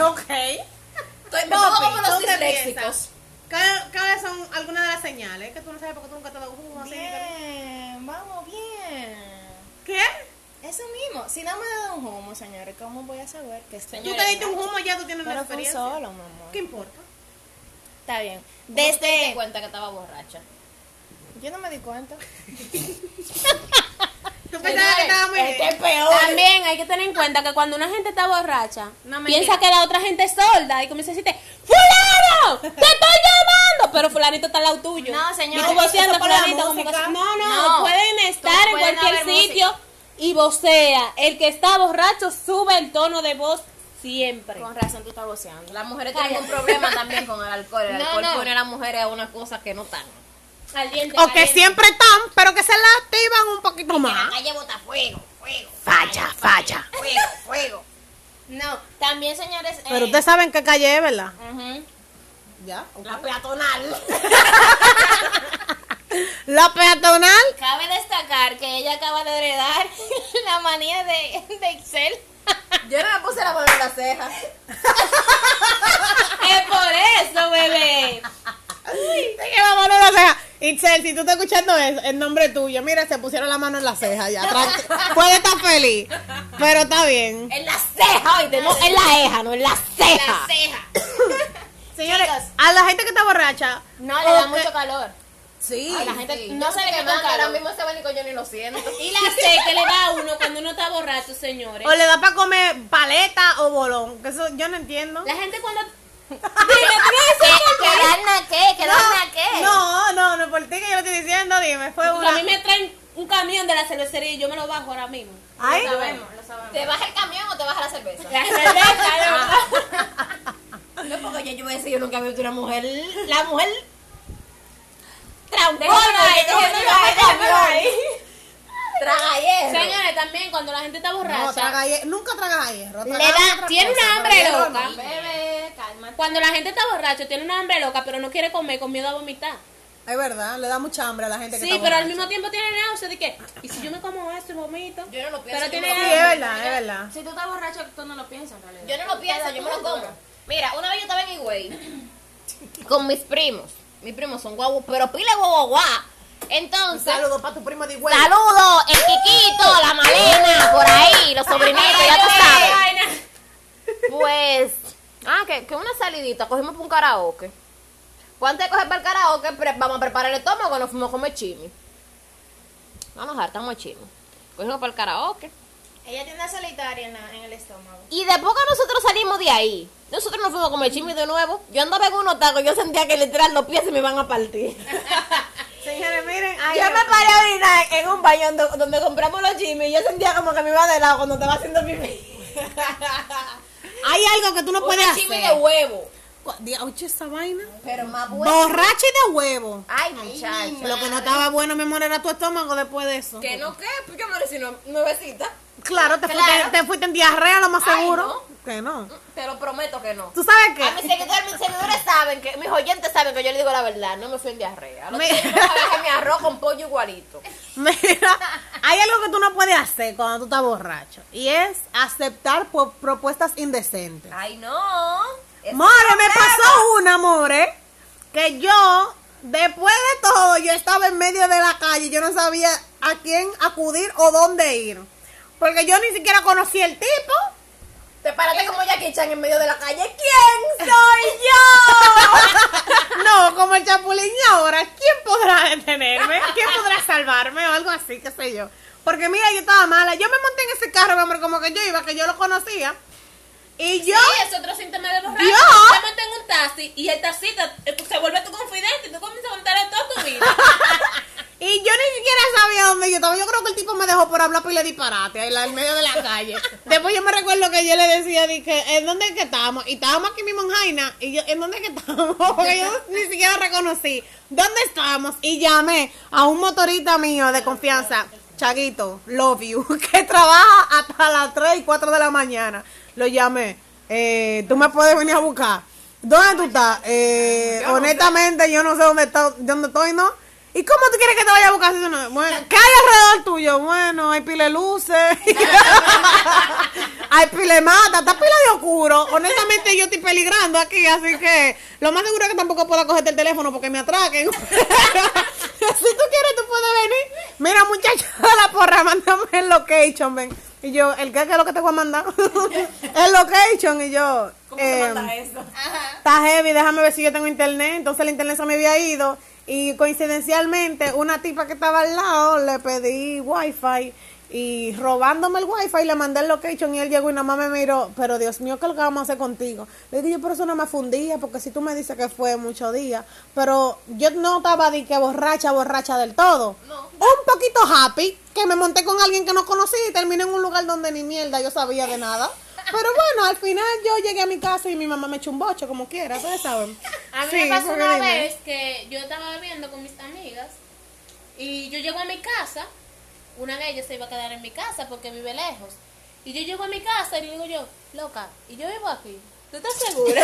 S1: Ok.
S2: Estoy me pongo como los
S1: ¿dónde
S2: disléxicos.
S1: empieza? ¿Cuál- ¿Cuáles son algunas de las señales? Que tú no sabes porque tú nunca te has dado una señal.
S8: Bien, vamos bien.
S1: ¿Qué?
S8: Eso mismo. Si no me he dado un humo, señores, ¿cómo voy a saber que estoy
S1: Tú te diste un humo y ya tú tienes una
S3: Pero fue un
S1: experiencia.
S3: solo, mi amor.
S1: ¿Qué importa?
S3: Está bien.
S2: Desde. Te diste
S3: Desde.
S2: cuenta que estaba borracha.
S8: Yo no me di cuenta.
S1: Tú pensabas que estaba muy
S3: Este
S1: bien.
S2: peor.
S7: También hay que tener en cuenta que cuando una gente está borracha,
S1: No,
S7: piensa
S1: mentira.
S7: que la otra gente es sorda y comienza a decirte, ¡Fulano! ¡Te estoy llamando! Pero fulanito está al lado tuyo.
S3: No, señora,
S7: Y tú voceando,
S1: eso por la
S7: fulanito, como
S1: música.
S7: que- No, no,
S3: No.
S7: pueden estar en
S3: pueden
S7: cualquier
S3: haber música.
S7: sitio y vocea. El que está borracho sube el tono de voz siempre.
S3: Con razón tú estás voceando.
S2: Las mujeres tienen un problema también con el alcohol. El
S7: No,
S2: alcohol
S7: no.
S2: pone a las mujeres a una cosa que no están.
S7: Al diente
S1: O que
S7: caliente.
S1: siempre están, pero que se la activan un poquito
S2: La
S1: más.
S2: calle bota fuego, fuego,
S1: Falla, falla.
S2: fuego, fuego.
S3: No, también, señores. eh,
S1: Pero ustedes saben qué calle es, ¿verdad?
S3: ujú.
S1: Ya.
S2: La peatonal.
S1: La peatonal.
S3: Cabe destacar que ella acaba de heredar la manía de, de Excel.
S2: Yo no me puse la mano en la ceja.
S7: Es por eso, bebé.
S1: Te lleva mano en la ceja. Itzel, si tú estás escuchando eso, el nombre tuyo. Mira, se pusieron la mano en la ceja ya. tran- Puede estar feliz, pero está bien.
S2: En la ceja, oíste, no en la eja, no en la ceja.
S3: Ceja.
S1: Señores, a la gente que está borracha,
S3: No, le da
S1: Ok.
S3: mucho calor.
S4: Sí.
S3: la gente
S2: No se le
S3: quema
S2: quemando,
S3: calor.
S2: ahora mismo ese abanico yo ni lo siento.
S7: Y la sé que le da a uno cuando uno está borracho, señores.
S1: o le da para comer paleta o bolón, que eso yo no entiendo.
S7: La gente cuando...
S3: ¿Qué dan a qué? ¿Qué dan a qué?
S1: No, no, no, por ti que yo lo estoy diciendo, dime, fue
S7: Porque
S1: una.
S7: a mí me traen un camión de la cervecería y yo me lo bajo ahora mismo.
S1: Ay,
S2: ¿Te baja el camión o te baja la cerveza? Ah.
S7: La cerveza, ¿no?
S2: No, porque yo, yo voy a decir, yo nunca he visto una mujer. La mujer. Trampona,
S7: Déjame ahí, déjame ahí.
S2: Traga hierro.
S7: Señores, también cuando la gente está
S1: No,
S7: borracha.
S1: traga hierro. Nunca tragas a hierro.
S7: le
S1: traga
S7: da,
S1: otra
S7: tiene
S1: cosa,
S7: una hambre
S1: pero hierro
S7: loca.
S1: no.
S8: Bebé, calma.
S7: Cuando la gente está borracha, tiene una hambre loca, pero no quiere comer con miedo a vomitar.
S1: Es verdad, le da mucha hambre a la gente que
S7: Sí,
S1: está
S7: pero al
S1: borracha.
S7: mismo tiempo tiene náusea de que, ¿y si yo me como esto y vomito?
S8: Yo no lo pienso,
S7: Pero
S8: yo
S7: tiene
S8: me lo-
S1: Sí, es
S7: hambre.
S1: verdad, es verdad.
S9: Si tú estás borracho, tú no lo piensas en realidad.
S2: Yo no lo pienso, yo me lo como.
S9: Dura.
S2: Mira, una vez yo estaba en Higüey con mis primos. Mis primos son guau, pero pila guau guau. Entonces,
S1: Saludos para tu primo de güey.
S2: Pues saludo el Kikito, la Malena, por ahí, los sobrinitos, ya tú sabes.
S7: Ay, na-
S2: Pues, ah, que, que una salidita, cogimos para un karaoke. Pues antes de coger para el karaoke, pre- vamos a preparar el estómago, nos fuimos a comer chimi. Vamos a hartamos chimi. Cogimos para el karaoke.
S8: Ella tiene una solitaria en, la- en el estómago.
S2: Y después que nosotros salimos de ahí, nosotros nos fuimos a comer chisme de nuevo. Yo andaba en unos tacos, yo sentía que literal los pies se me iban a partir.
S1: Señores, miren.
S2: yo me paré a orinar en un baño do- donde compramos los chismes y yo sentía como que me iba de lado cuando estaba haciendo pipí.
S1: Hay algo que tú no puedes
S2: Un chisme de
S1: hacer.
S2: huevo.
S1: Cu- di- Oye, esa vaina.
S2: Pero más
S1: Borracha y de huevo.
S2: Ay, muchacho.
S1: Lo que no estaba bueno, mi amor, era tu estómago después de eso.
S2: Que no, ¿qué? ¿Por qué me si no, nuevecita?
S1: Claro, te,
S2: Claro.
S1: Fuiste, te fuiste en diarrea, lo más
S2: Ay,
S1: seguro. Que no.
S2: Te lo prometo que no.
S1: ¿Tú sabes
S2: A mis
S1: qué?
S2: seguidores, mis seguidores saben que, mis oyentes saben que yo les digo la verdad, no me fui en diarrea. Los
S1: Me-
S2: seguidores saben que mi arroz con pollo igualito.
S1: Mira, hay algo que tú no puedes hacer cuando tú estás borracho. Y es aceptar po- propuestas indecentes.
S2: Ay, no. Ah, Es-
S1: More, me pasó una, More, que yo, después de todo, yo estaba en medio de la calle, yo no sabía a quién acudir o dónde ir. Porque yo ni siquiera conocí el tipo.
S2: Te paraste como Jackie Chan en medio de la calle. ¿Quién soy yo?
S1: No, como el chapulín y ahora, ¿quién podrá detenerme? ¿Quién podrá salvarme o algo así, qué sé yo? Porque mira, yo estaba mala. Yo me monté en ese carro, mi amor, como que yo iba, que yo lo conocía. Y yo...
S7: Sí, es otro síntoma de borracho.
S1: Dios.
S7: Yo me tengo un taxi y el taxista eh, se vuelve tu confidente y tú comienzas a contarle toda tu vida.
S1: Y yo ni siquiera sabía dónde yo estaba. Yo creo que el tipo me dejó por hablar y le disparate ahí en medio de la calle. Después yo me recuerdo que yo le decía, dije, ¿en dónde es que estábamos? Y estábamos aquí mismo en Jaina. Y yo, ¿en dónde es que estábamos? Porque yo ni siquiera reconocí. ¿Dónde estábamos? Y llamé a un motorista mío de confianza, Chaguito, love you, que trabaja hasta las 3 y 4 de la mañana. Lo llamé. Eh, ¿Tú me puedes venir a buscar? ¿Dónde tú estás? Eh, honestamente, yo no sé dónde, está, dónde estoy, ¿no? ¿Y cómo tú quieres que te vaya a buscar si tú no? Bueno, ¿qué hay alrededor tuyo? Bueno, hay pile luces. hay pile mata, está pila de oscuro. Honestamente, yo estoy peligrando aquí, así que lo más seguro es que tampoco pueda cogerte el teléfono porque me atraquen. si tú quieres, tú puedes venir. Mira, muchacha, la porra, mándame el location, ven. Y yo, ¿el qué, qué es lo que te voy a mandar? el location, y yo. em, ¿Cómo eso? Está heavy, déjame ver si yo tengo internet. Entonces el internet se me había ido. Y coincidencialmente, una tipa que estaba al lado le pedí wifi. Y robándome el wifi le mandé el location y él llegó y nada más me miró. Pero Dios mío, ¿qué es lo que vamos a hacer contigo? Le dije, pero eso no me fundía porque si tú me dices que fue muchos días. Pero yo no estaba de que borracha, borracha del todo. Un poquito happy que me monté con alguien que no conocí y terminé en un lugar donde ni mierda yo sabía de nada. Pero bueno, al final yo llegué a mi casa y mi mamá me echó un boche, como quiera, ustedes saben.
S7: A mí
S1: Sí,
S7: me pasó
S1: porque
S7: una
S1: dime.
S7: vez que yo estaba bebiendo con mis amigas y yo llego a mi casa, una de ellas se iba a quedar en mi casa porque vive lejos. Y yo llego a mi casa y le digo yo, loca, y yo vivo aquí. ¿Tú estás segura?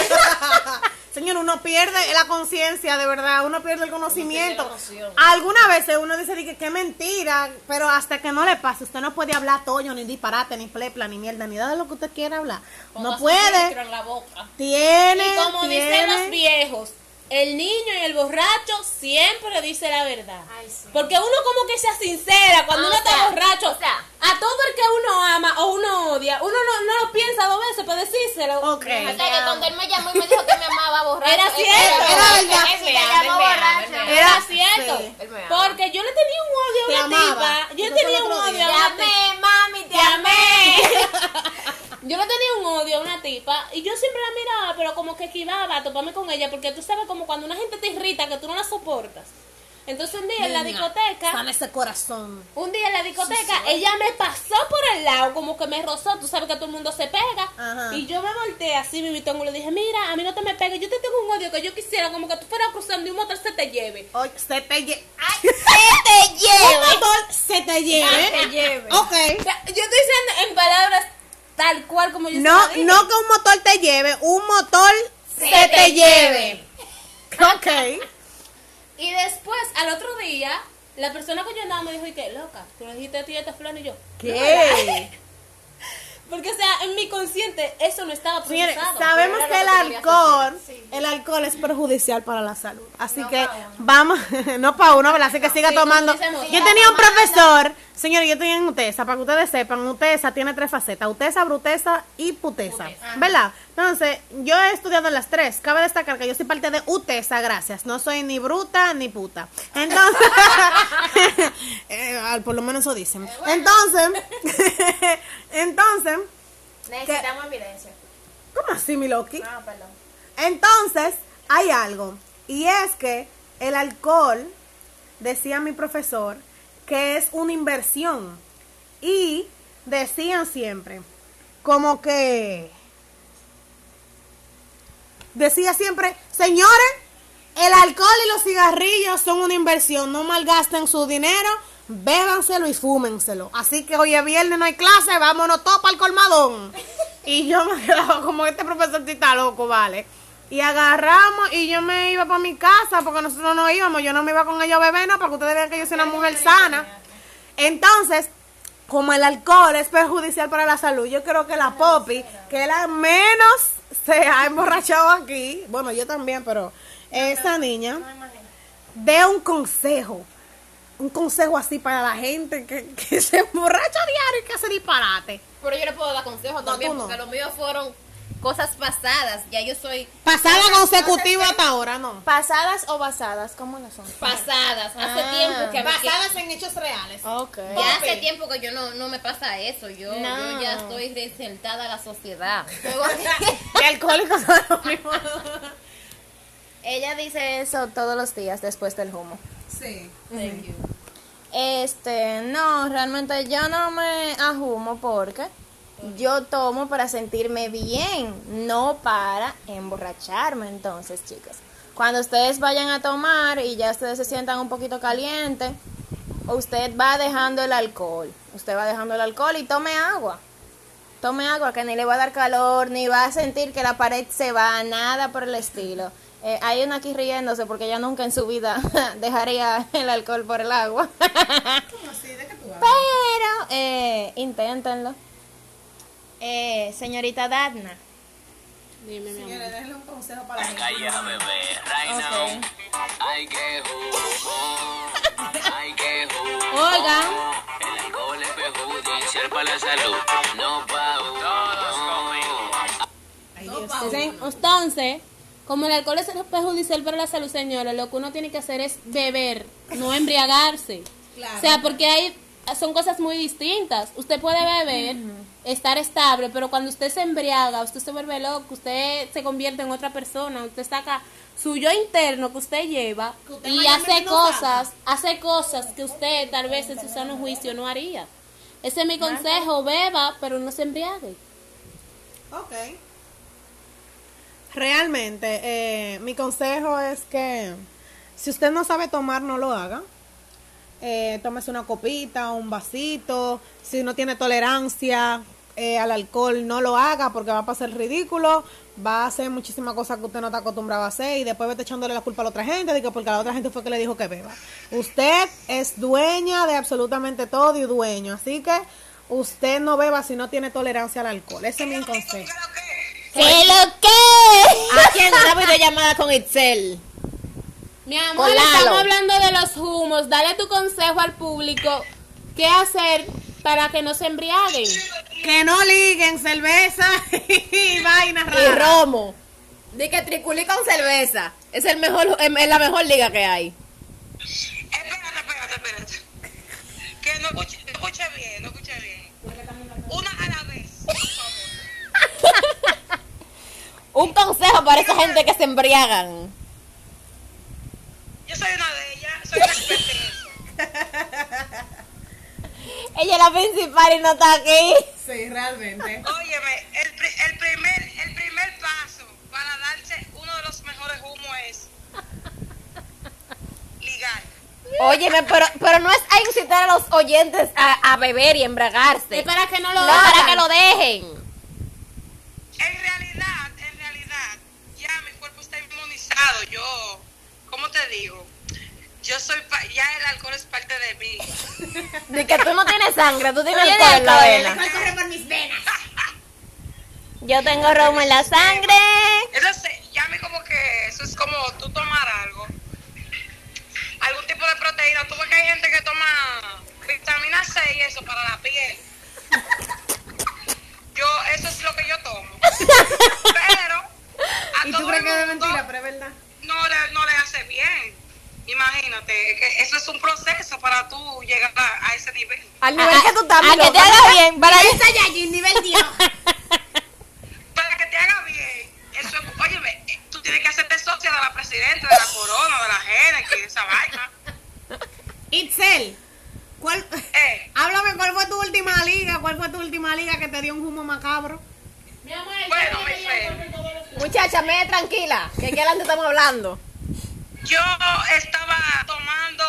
S1: Señor, uno pierde la conciencia, de verdad, uno pierde el conocimiento. Algunas veces uno dice, que qué mentira, pero hasta que no le pase, usted no puede hablar toño, ni disparate, ni plepla, ni mierda, ni nada de lo que usted quiera hablar.
S7: Ponga
S1: No
S7: su filtro
S1: puede.
S7: en la boca.
S1: Tiene,
S7: Y como dicen los
S1: tiene.
S7: viejos, el niño y el borracho siempre dice la verdad.
S9: Ay, sí.
S7: Porque uno como que sea sincera cuando
S2: Ah,
S7: uno
S2: o
S7: está
S2: sea,
S7: borracho.
S2: o sea.
S7: a todo el que uno ama o uno odia, uno no, no lo piensa dos veces para decírselo.
S2: O
S1: Ok.
S2: sea, que cuando él me llamó y me dijo que me amaba borracho.
S7: Era
S2: él-
S7: cierto.
S1: Era
S2: él- él
S1: verdad.
S2: me ama, él me ama, él me ama.
S7: Era cierto.
S1: sí,
S2: él me ama.
S7: Porque yo le tenía
S1: Te
S7: un odio a
S1: amaba.
S7: una tipa. Yo le
S1: Entonces,
S7: tenía
S1: el
S7: un
S1: otro
S7: odio
S1: día.
S7: a una tipa.
S2: Llamé, mami, te
S7: Te amé. Yo le tenía un odio a una tipa y yo siempre la miraba, pero como que esquivaba a toparme con ella, porque tú sabes como cuando una gente te irrita que tú no la soportas. Entonces un día en la
S4: Niña,
S7: discoteca.
S4: Sale ese corazón.
S7: Un día en la discoteca, ella me pasó por el lado, como que me rozó, tú sabes que todo el mundo se pega.
S4: Ajá.
S7: Y yo me volteé así, mi mitongo, le dije, mira, a mí no te me pegues, yo te tengo un odio que yo quisiera, como que tú fueras cruzando y un motor se te lleve.
S1: Oye, se te lleve.
S3: ¡Que te
S1: Un
S3: lleve!
S1: motor se te lleve.
S7: te lleve.
S1: Ok.
S7: O sea, yo estoy diciendo en palabras tal cual como yo
S1: No,
S7: se lo dije.
S1: no que un motor te lleve, un motor se, te lleve. Ok.
S7: Y después, al otro día, la persona con yo andaba me dijo, ¿y qué, loca? Tú le dijiste a ti este fulano y yo.
S1: ¿Qué?
S7: Porque, o sea, en mi consciente eso no estaba
S1: Miren,
S7: procesado.
S1: sabemos
S7: Pero
S1: que
S7: era
S1: el
S7: lo quería
S1: alcohol, el alcohol es perjudicial para la salud. Así que vamos, no para uno, ¿verdad? Así que siga tomando.
S7: utilicemos.
S1: Yo tenía un profesor, señores, yo tenía en UTESA, para que ustedes sepan, UTESA tiene tres facetas, UTESA, Brutesa y Putesa, ¿verdad? Entonces, yo he estudiado en las tres, cabe destacar que yo soy parte de UTESA, gracias, no soy ni bruta ni puta. Entonces, eh, al- por lo menos eso
S7: Eh,
S1: dicen. Entonces, entonces,
S8: Necesitamos evidencia.
S1: ¿cómo así, mi Loki?
S8: Ah, perdón.
S1: Entonces, hay algo. Y es que el alcohol, decía mi profesor, que es una inversión. Y decían siempre, como que... Decía siempre, señores, el alcohol y los cigarrillos son una inversión. No malgasten su dinero, bébanselo y fúmenselo. Así que hoy es viernes, no hay clase, vámonos todos para el colmadón. Y yo me quedaba como este profesor está loco, vale. Y agarramos y yo me iba para mi casa porque nosotros no íbamos. Yo no me iba con ellos a beber, no, para que ustedes vean que yo soy una mujer sana. Entonces, como el alcohol es perjudicial para la salud, yo creo que la Poppy, que la menos se ha emborrachado aquí, bueno, yo también, pero esa niña, dé un consejo, un consejo así para la gente que, que se emborracha diario y que hace disparate.
S2: Pero yo le puedo dar consejos
S1: No,
S2: también,
S1: tú no.
S2: porque los míos fueron cosas pasadas. Ya yo soy
S1: Pasada consecutiva hasta ahora, no.
S3: ¿Pasadas o basadas? ¿Cómo las son?
S2: pasadas. Hace tiempo que, que-
S1: en hechos reales.
S4: Oh,
S3: Ok.
S2: ya hace tiempo que yo no, no me pasa eso. Yo,
S3: No.
S2: yo ya estoy resentada a la sociedad.
S1: Y alcohólicos son lo mismo.
S3: Ella dice eso todos los días después del humo.
S4: Sí.
S3: Este, no, realmente yo no me ajumo porque yo tomo para sentirme bien, no para emborracharme. Entonces, chicos, cuando ustedes vayan a tomar y ya ustedes se sientan un poquito caliente, usted va dejando el alcohol. Usted va dejando el alcohol y tome agua. Tome agua que ni le va a dar calor, ni va a sentir que la pared se va, nada por el estilo. Eh, hay una aquí riéndose porque ella nunca en su vida dejaría el alcohol por el agua. Pero eh, inténtenlo. Eh, señorita Dadna.
S7: Dime, mi amor.
S4: un consejo para
S10: La calle a beber, right
S3: Ok.
S10: now. Hay que jugar, hay que jugar.
S3: Oigan,
S10: El alcohol es perjudicial para la salud. No pa' Todos conmigo.
S7: Sen- Entonces, como el alcohol es perjudicial para la salud, señora, lo que uno tiene que hacer es beber, no embriagarse. O sea, porque hay son cosas muy distintas. Usted puede beber, estar estable, pero cuando usted se embriaga, usted se vuelve loco, usted se convierte en otra persona, usted saca su yo interno que usted lleva y hace cosas, hace cosas que usted tal vez en su sano juicio no haría. Ese es mi consejo, beba, pero no se embriague.
S1: Ok. Realmente, eh, mi consejo es que si usted no sabe tomar, no lo haga. Eh, tómese una copita, un vasito. Si no tiene tolerancia eh, al alcohol, no lo haga porque va a pasar ridículo. Va a hacer muchísimas cosas que usted no está acostumbrado a hacer y después vete echándole la culpa a la otra gente de que porque la otra gente fue que le dijo que beba. Usted es dueña de absolutamente todo y dueño. Así que usted no beba si no tiene tolerancia al alcohol. Ese es mi consejo.
S3: ¿qué lo que? Haciendo una videollamada con Itzel.
S7: Mi amor,
S3: Con Lalo.
S7: estamos hablando de los humos. Dale tu consejo al público. ¿Qué hacer para que no se embriaguen?
S1: Que no liguen cerveza y vainas
S2: Y
S1: raras.
S2: romo. De que triculí con cerveza. Es el mejor, em- es la mejor liga que hay.
S5: Espérate, espérate, espérate. Que no escuche, no escuche bien, no escuche bien. Una a la vez.
S2: Un consejo para esa gente que se embriagan.
S5: Yo soy una de ellas. Soy una...
S3: Ella es la principal y no está aquí.
S1: Sí, realmente.
S5: Óyeme, el, pri- el, primer, el primer paso para darse uno de los mejores humos es ligar.
S2: Óyeme, pero, pero no es a incitar a los oyentes a, a beber y embragarse.
S7: Es para que no lo
S2: No,
S7: hagan.
S2: para que lo dejen.
S5: En realidad, en realidad, ya mi cuerpo está inmunizado. Yo, ¿cómo te digo? Yo soy, pa- ya el alcohol es parte de mí.
S2: De que tú no tienes sangre, tú tienes
S3: Tienes
S2: alcohol en la
S3: alcohol.
S2: vena.
S3: Yo tengo romo en la sangre.
S5: Entonces, ya me como que eso es como tú tomar algo. Algún tipo de proteína. Tú ves que hay gente que toma vitamina C y eso para la piel. Yo, eso es lo que yo tomo. Pero, a
S1: ¿Y tú
S5: todo
S1: crees
S5: el
S1: que es
S5: mundo
S1: mentira? Pero es verdad.
S5: no le, no le hace bien. Imagínate, es que eso es un proceso para tú llegar a, a ese nivel.
S2: Al nivel ah, que tú estás,
S3: A
S2: mi
S3: que te
S2: loca.
S3: haga bien. Para que
S5: Para que te haga bien. Eso, es- óyeme, eh, tú tienes que hacerte socia de la presidenta, de la corona, de la gente, que esa vaina.
S1: Itzel, ¿cuál,
S5: Eh,
S1: háblame cuál fue tu última liga, cuál fue tu última liga que te dio un humo macabro.
S7: Mi amor, el
S5: Bueno, mi
S7: quería
S5: fe.
S7: correr todos los-
S2: Muchacha, me tranquila, que aquí adelante estamos hablando.
S5: yo estaba tomando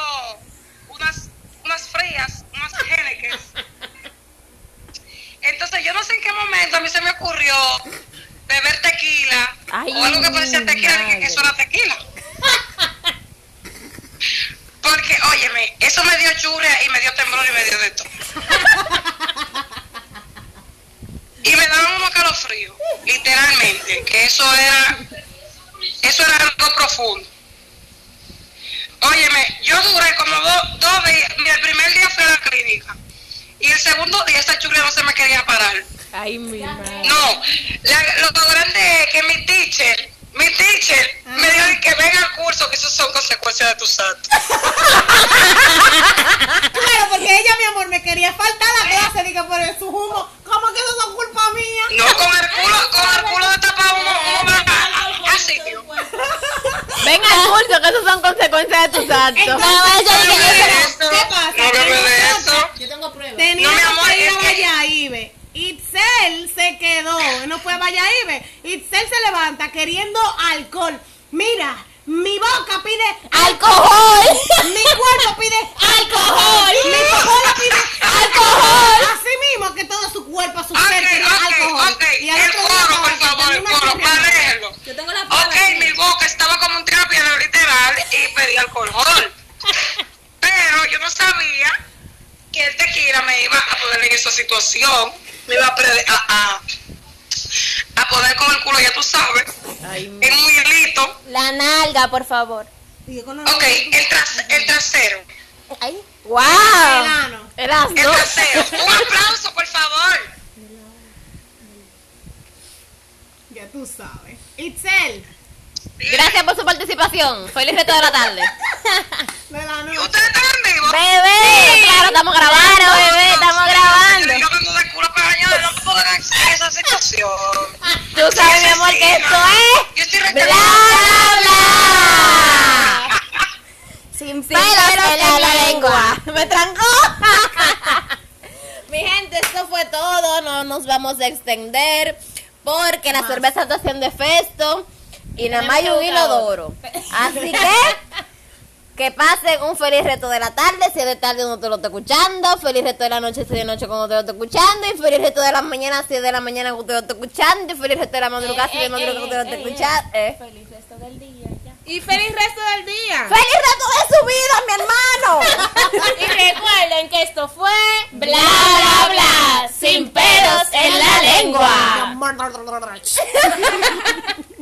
S5: unas, unas frías, unas Heinekens. Entonces, yo no sé en qué momento a mí se me ocurrió beber tequila
S2: Ay,
S5: o algo que parecía tequila, dije que eso era tequila. Porque, óyeme, eso me dio churria y me dio temblor y me dio de todo. Y me daban unos calofríos, literalmente, que eso era, eso era algo profundo. Óyeme, yo duré como dos, dos días, mira, el primer día fui a la clínica y el segundo día esa churria no se me quería parar.
S2: Ay, mi madre.
S5: No, la- lo grande es que mi teacher, mi teacher me dijo que venga al curso, que eso son consecuencias de tus actos.
S1: Claro, porque ella, mi amor, me quería faltar a la clase, diga, por su humo. ¿Cómo que eso son culpa mía?
S5: No, con el culo, con el culo de tapa uno, uno va a- a- a sitio.
S2: Ven al curso, que eso son consecuencias de tus actos.
S5: No me de eso,
S1: ¿Qué pasa?
S5: no me de eso.
S9: Yo tengo pruebas.
S1: Tenía
S5: No, mi amor,
S1: que ir a
S5: es que-
S1: Valladolid. Itzel se quedó, no fue a Valladolid. Itzel se levanta queriendo alcohol. Mira, mi boca pide
S3: alcohol.
S1: Mi cuerpo pide alcohol. Mi cojones pide alcohol. Así mismo que todo su cuerpo, su
S5: Ok,
S1: ser pide alcohol.
S5: ok, ok,
S1: Y al
S5: el
S1: otro día
S5: coro, por
S1: estaba
S5: favor, el
S1: cantando una
S5: coro,
S1: canción.
S5: para leerlo.
S9: Yo tengo la prueba.
S5: Ok, mi boca estaba como un trapeador literal y pedí alcohol. Pero yo no sabía que el tequila me iba a poner en esa situación. Me iba a, pre- a, a- a poner con el culo, ya tú sabes. en un hilito.
S3: La nalga, por favor.
S1: Y yo con la-
S5: Ok, el, tras- el trasero.
S3: Ay.
S2: Wow.
S1: el ano.
S2: Eras
S5: El
S2: dos.
S5: trasero. Un aplauso, por favor.
S1: Ya tú sabes. Itzel,
S2: Gracias por su participación. Feliz resto de la tarde.
S1: de la
S5: ¿Y
S1: noche.
S5: ¿Ustedes están en vivo?
S2: Bebé, claro, estamos grabando, bebé, estamos grabando.
S5: Yo vengo de culo para bañar, no puedo en esa situación.
S2: Tú sabes, mi amor, que esto es
S5: Yo estoy
S2: bla
S5: reclamando.
S2: bla bla.
S3: Sin
S2: Pelos en la, lengua.
S3: Me trancó. Mi gente, esto fue todo. No nos vamos a extender
S2: Porque la cerveza está haciendo festo y nada más hay un hilo de oro. Así que que pasen un feliz resto de la tarde. Si es de tarde no te lo está escuchando. Feliz resto de la noche si es de noche cuando te lo está escuchando. Y feliz resto de la mañana si es de la mañana cuando te lo está escuchando. Y feliz resto de la madrugada si es de madrugada cuando te lo está escuchando. Eh.
S9: Feliz resto del día. Ya.
S7: Y feliz resto del día.
S2: ¡Feliz resto de su vida, mi hermano!
S7: y recuerden que esto fue
S3: Bla, bla, bla. Sin pelos en la lengua.